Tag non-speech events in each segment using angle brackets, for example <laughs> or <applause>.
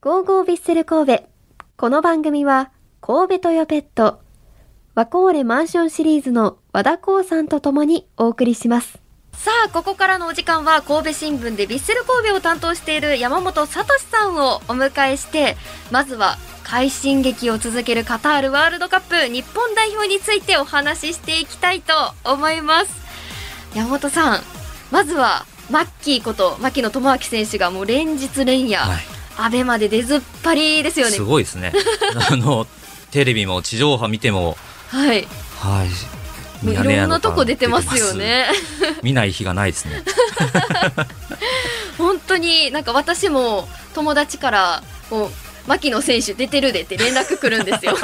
ゴーゴービッセル神戸。この番組は、神戸トヨペット、ワコーレマンションシリーズの和田光さんとともにお送りします。さあ、ここからのお時間は、神戸新聞でビッセル神戸を担当している山本聡さんをお迎えして、まずは、快進撃を続けるカタールワールドカップ日本代表についてお話ししていきたいと思います。山本さん、まずは、マッキーこと、牧野智明選手がもう連日連夜、はいアベマで出ずっぱりですよねす。ごいです <laughs> ね。あのテレビも地上波見ても、はい。はい。もういミヤネろ屋んのなとこ出てますよね。出てます。見ない日がないですね。本当になんか私も友達からこう牧野選手出てるでって連絡来るん <laughs> ですよ。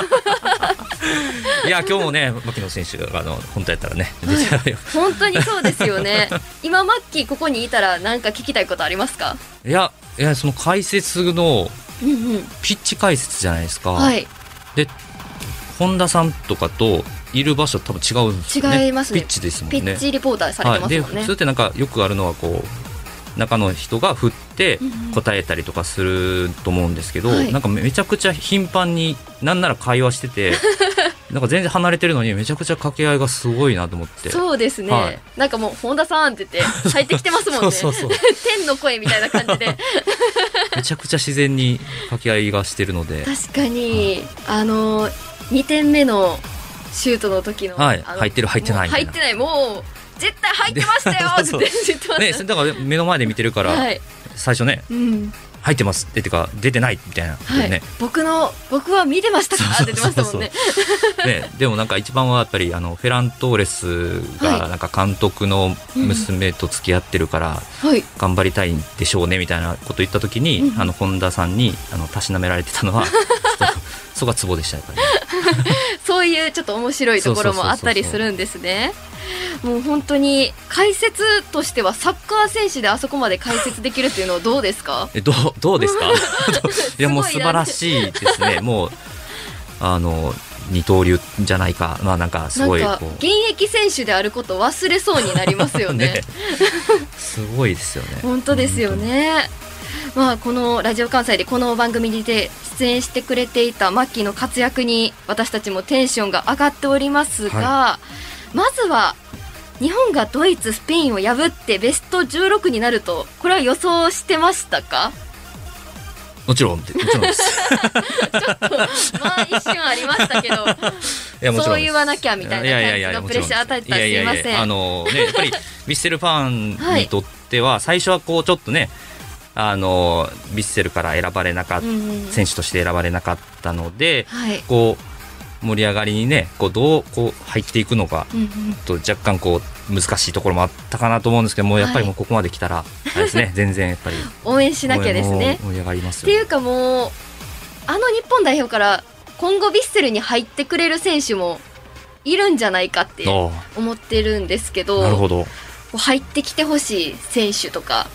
いや今日もね、牧野選手があの本当やったらね、出ちゃうよ。本当にそうですよね。今マッキーここにいたらなんか聞きたいことありますか？いやいやその解説のうんうん。ピッチ解説じゃないですか。はい。で本田さんとかといる場所多分違うんですよね。違いますねピッチですもんピね。ッチリポーターされてはい。ますでもんね。普通ってなんかよくあるのはこう中の人が振って。うんうん答えたりとかすると思うんですけど、はいなんかめちゃくちゃ頻繁になんなら会話し <laughs> ててなんか全然離れてるのにめちゃくちゃ掛け合いがすごいなと思ってそうですね、はいなんかもう本田さんって言 <laughs> って入ってきてますもんね。そうそうそう <laughs> 天の声みたいな感じで。めちゃくちゃ自然に掛け合いがしてるの <laughs> で確かに、あの2点目のシュートの時の,、はいあの入ってる入ってないもう入みってたないもう絶対入ってましたよでって言ってまねしただから目の前で見てるから、はい、最初ねうん入ってますっててか出てないみたいなことはいね,、僕の僕は見てましたからって言ってましたもんねねでもなんか一番はやっぱりあのフェラントーレスはがいなんか監督の娘と付き合ってるから、はい頑張りたいんでしょうねみたいなこと言った時に、うんあの本田さんにあのたしなめられてた <laughs> のはちょっとそこがツボでしたやっぱりねそういうちょっと面白いところもあったりするんですねもう本当に解説としてはサッカー選手であそこまで解説できるっていうのはどうですかえどうどうで <laughs> すかいやもうす素ごいな晴らしいですねもうあの二刀流じゃないかまあなんかすなんごいかこう現役選手であることを忘れそうになりますよ <laughs> <laughs> ねすごいですよね本当ですよね。まあこのラジオ関西でこの番組にて出演してくれていたマッキーの活躍に私たちもテンションが上がっておりますが、まずは日本がドイツ、スペインを破ってベスト16になるとこれは予想してましたかもちろんもちろんですまあ一瞬ありましたけ <laughs> どいやもちろんですそう言わなきゃみたいな感じのややややもちろんですプレッシャー与えたらいやややすいませんあのねやっぱりヴィッセルファンにとっては最初はこうちょっとねあのヴィッセルから選ばれなかっうんうん選手として選ばれなかったので、はい、こう盛り上がりにねこうどうこう入っていくのかうんうん、と若干こう難しいところもあったかなと思うんですけどもうやっぱはいりもうここまで来たら、あれで <laughs> すね全然やっぱり応援しなきゃですね。もう盛り上がりますってよいうかもうあの日本代表から今後ヴィッセルに入ってくれる選手もいるんじゃないかっておう思ってるんですけどなるほどこう入ってきてほしい選手とか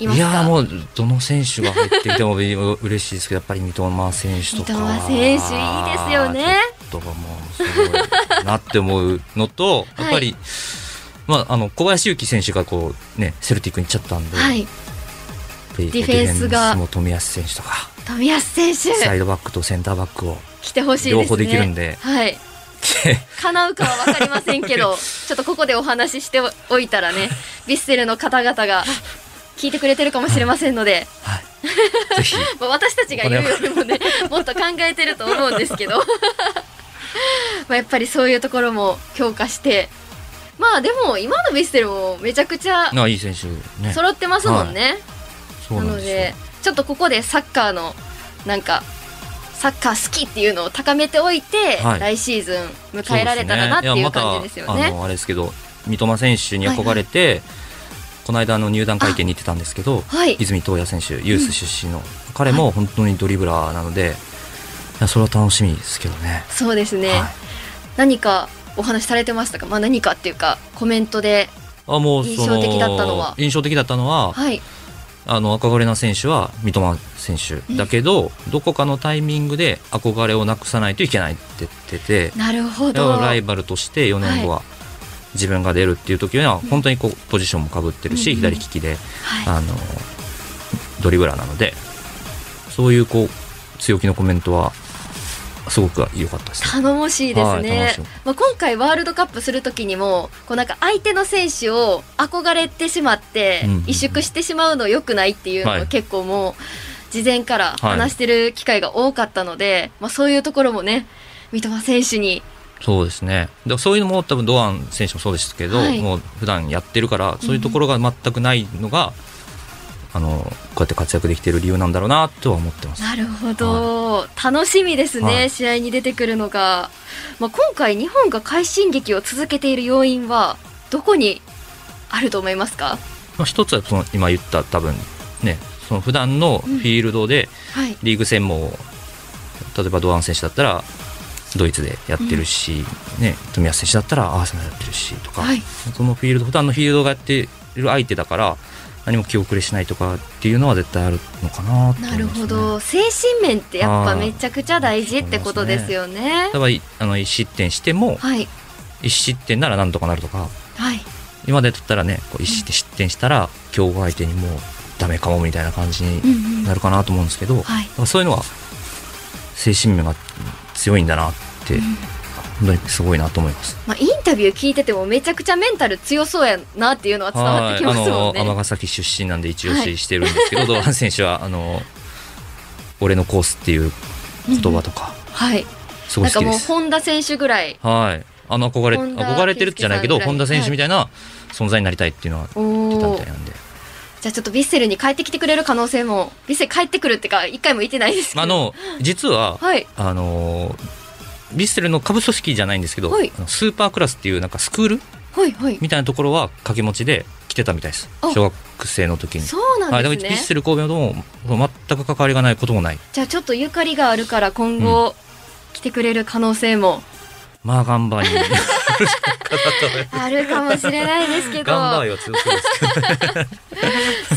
いいますかやーもうどの選手が入ってきても嬉しいですけどやっぱり三笘選手三とか笘選手いいですよね。とかもうすごいなって思うのとはいやっぱり、まあ、あの小林幸選手がこう、ね、セルティックに行っちゃったんで、はいディディフェンスがフェンスも冨安選手とか富安選サ手イドバックとセンターバックを来てほしいですね両方できるんで <laughs> はい叶うかは分かりませんけどちょっとここでお話ししておいたら <laughs> ねヴィッセルの方々が聞いてくれてるかもしれませんの <laughs> ではい <laughs> ぜひまあ、私たちが言うより <laughs> もねもっと考えてると思うんですけど <laughs> まあやっぱりそういうところも強化してまあでも今のヴィッセルもめちゃくちゃあいい選手ね揃ってますもんね、そうななのんででちょっとここでサッカーのなんかサッカー好きっていうのを高めておいて、はい来シーズンすよ迎えられたらなっていう感じですそようねいやまたね。あのあれですけど三笘選手に憧れて、この間の入団会見に行ってたんですけどはい、泉東也選手ユース出身の、彼も本当にドリブラーなので、いやそれは楽しみですけどねそうですね、はい、何かお話しされてましたか、まあ、何かっていうかコメントで、あもうその印象的だったのは印象的だったのははい、あの憧れな選手は三笘選手だけど、どこかのタイミングで憧れをなくさないといけないって言っててなるほだからど。ライバルとして4年後は自分が出るっていう時には本当にこうポジションもかぶってるし、うん左利きで、はいあのドリブラーなのでそういうこう強気のコメントはすごく良かったですね。頼もしいですはいね頼もしい、まあ、今回ワールドカップするときにもこうなんか相手の選手を憧れてしまってうん萎縮してしまうの良くないっていうはのをい結構もう事前から話してる機会が多かったので、まあ、そういうところもね三笘選手にそうですね。でそういうのも多分堂安選手もそうですけど、はいもう普段やってるからそういうところが全くないのが、あのこうやって活躍できてる理由なんだろうなとは思ってます。なるほど、楽しみですね、はい試合に出てくるのが、まあ、今回日本が快進撃を続けている要因はどこにあると思いますか、まあ、一つはその今言った多分ねその普段のフィールドではいリーグ戦も、例えば堂安選手だったらドイツでやってるし、ね富安選手だったらアーセナルやってるしとか、はいそのフィールド普段のフィールドがやってる相手だから何も気遅れしないとかっていうのは絶対あるのかなと思います、ね。なるほど、精神面ってやっぱあーめちゃくちゃ大事ってことですよね。例えばいあの1失点してもはい、 1失点ならなんとかなるとかはい、今までだったらねこう1失点したら強豪相手にもうダメかもみたいな感じうんにうん、なるかなと思うんですけど、だかはい、らそういうのは精神面が強いんだなって、うん本当にすごいなと思います。まあ、インタビュー聞いててもめちゃくちゃメンタル強そうやなっていうのは伝わってきあますもんのね。尼崎出身なんで一押ししてるんです <laughs> けど、堂安選手はあの俺のコースっていう言葉とか、はい、すごないんか好きでもうす。本田選手ぐらい、はい、あの憧れ本田憧れてるじゃないけど圭佑さん本ぐらい田選手みたいな存在になりたいっていうのはお言ってたみおたい、なんで。じゃあちょっとヴィッセルに帰ってきてくれる可能性も、ヴィッセル帰ってくるってか一回も言ってないですけど、あの実は、はい、あのーヴィッセルの下部組織じゃないんですけど、はいあのスーパークラスっていうなんかスクールはい、はい、みたいなところは掛け持ちで来てたみたいですあ小学生の時に、そうなんい、だからでヴすィッね。セル神戸のも全く関わりがないこともないじゃあちょっとゆかりがあるから今後来てくれる可能性もまあ <laughs> 頑張りあるかもしれないですけど。頑張りは強そうですけ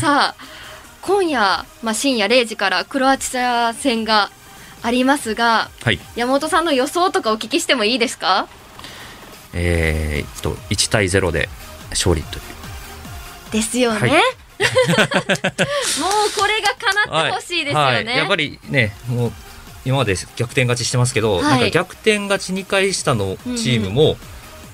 どさあ今夜、まあ、深夜0時からクロアチア戦がありますがはい山本さんの予想とかお聞きしてもいいですかえー、っと1対0で勝利というですよね、はい <laughs> もうこれが叶ってほしいですよね、はいはいやっぱりねもう今まで逆転勝ちしてますけど、はいなんか逆転勝ち2回したのチームも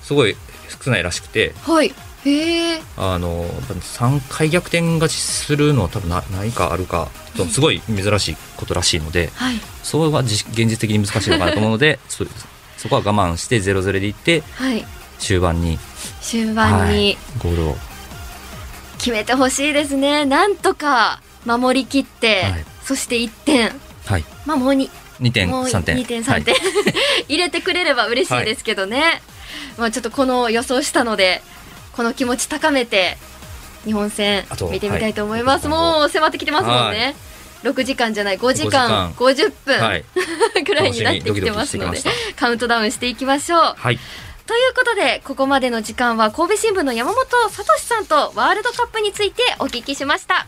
すごい少ないらしくて、はいへえあの3回逆転勝ちするのは多分な何かあるかうんすごい珍しいことらしいのではいそれはじ現実的に難しいのかなと思うの <laughs> でそそこは我慢して0 0でいってはい終盤に終盤にゴールを、決めてほしいですね、なんとか守り切って、はいそして1点はい、まあもうに2点もう3点2点3点、はい <laughs> 入れてくれれば嬉しいですけどね、まあちょっとこの予想したのでこの気持ち高めて日本戦あと見てみたいと思います、はいもう迫ってきてますもんね、6時間じゃない5時間50分、はい、 <laughs> ぐらいになっ楽てしみドきキてドまキすしてきのまでしたカウントダウンしていきましょうはい、ということでここまでの時間は神戸新聞の山本聡さんとワールドカップについてお聞きしました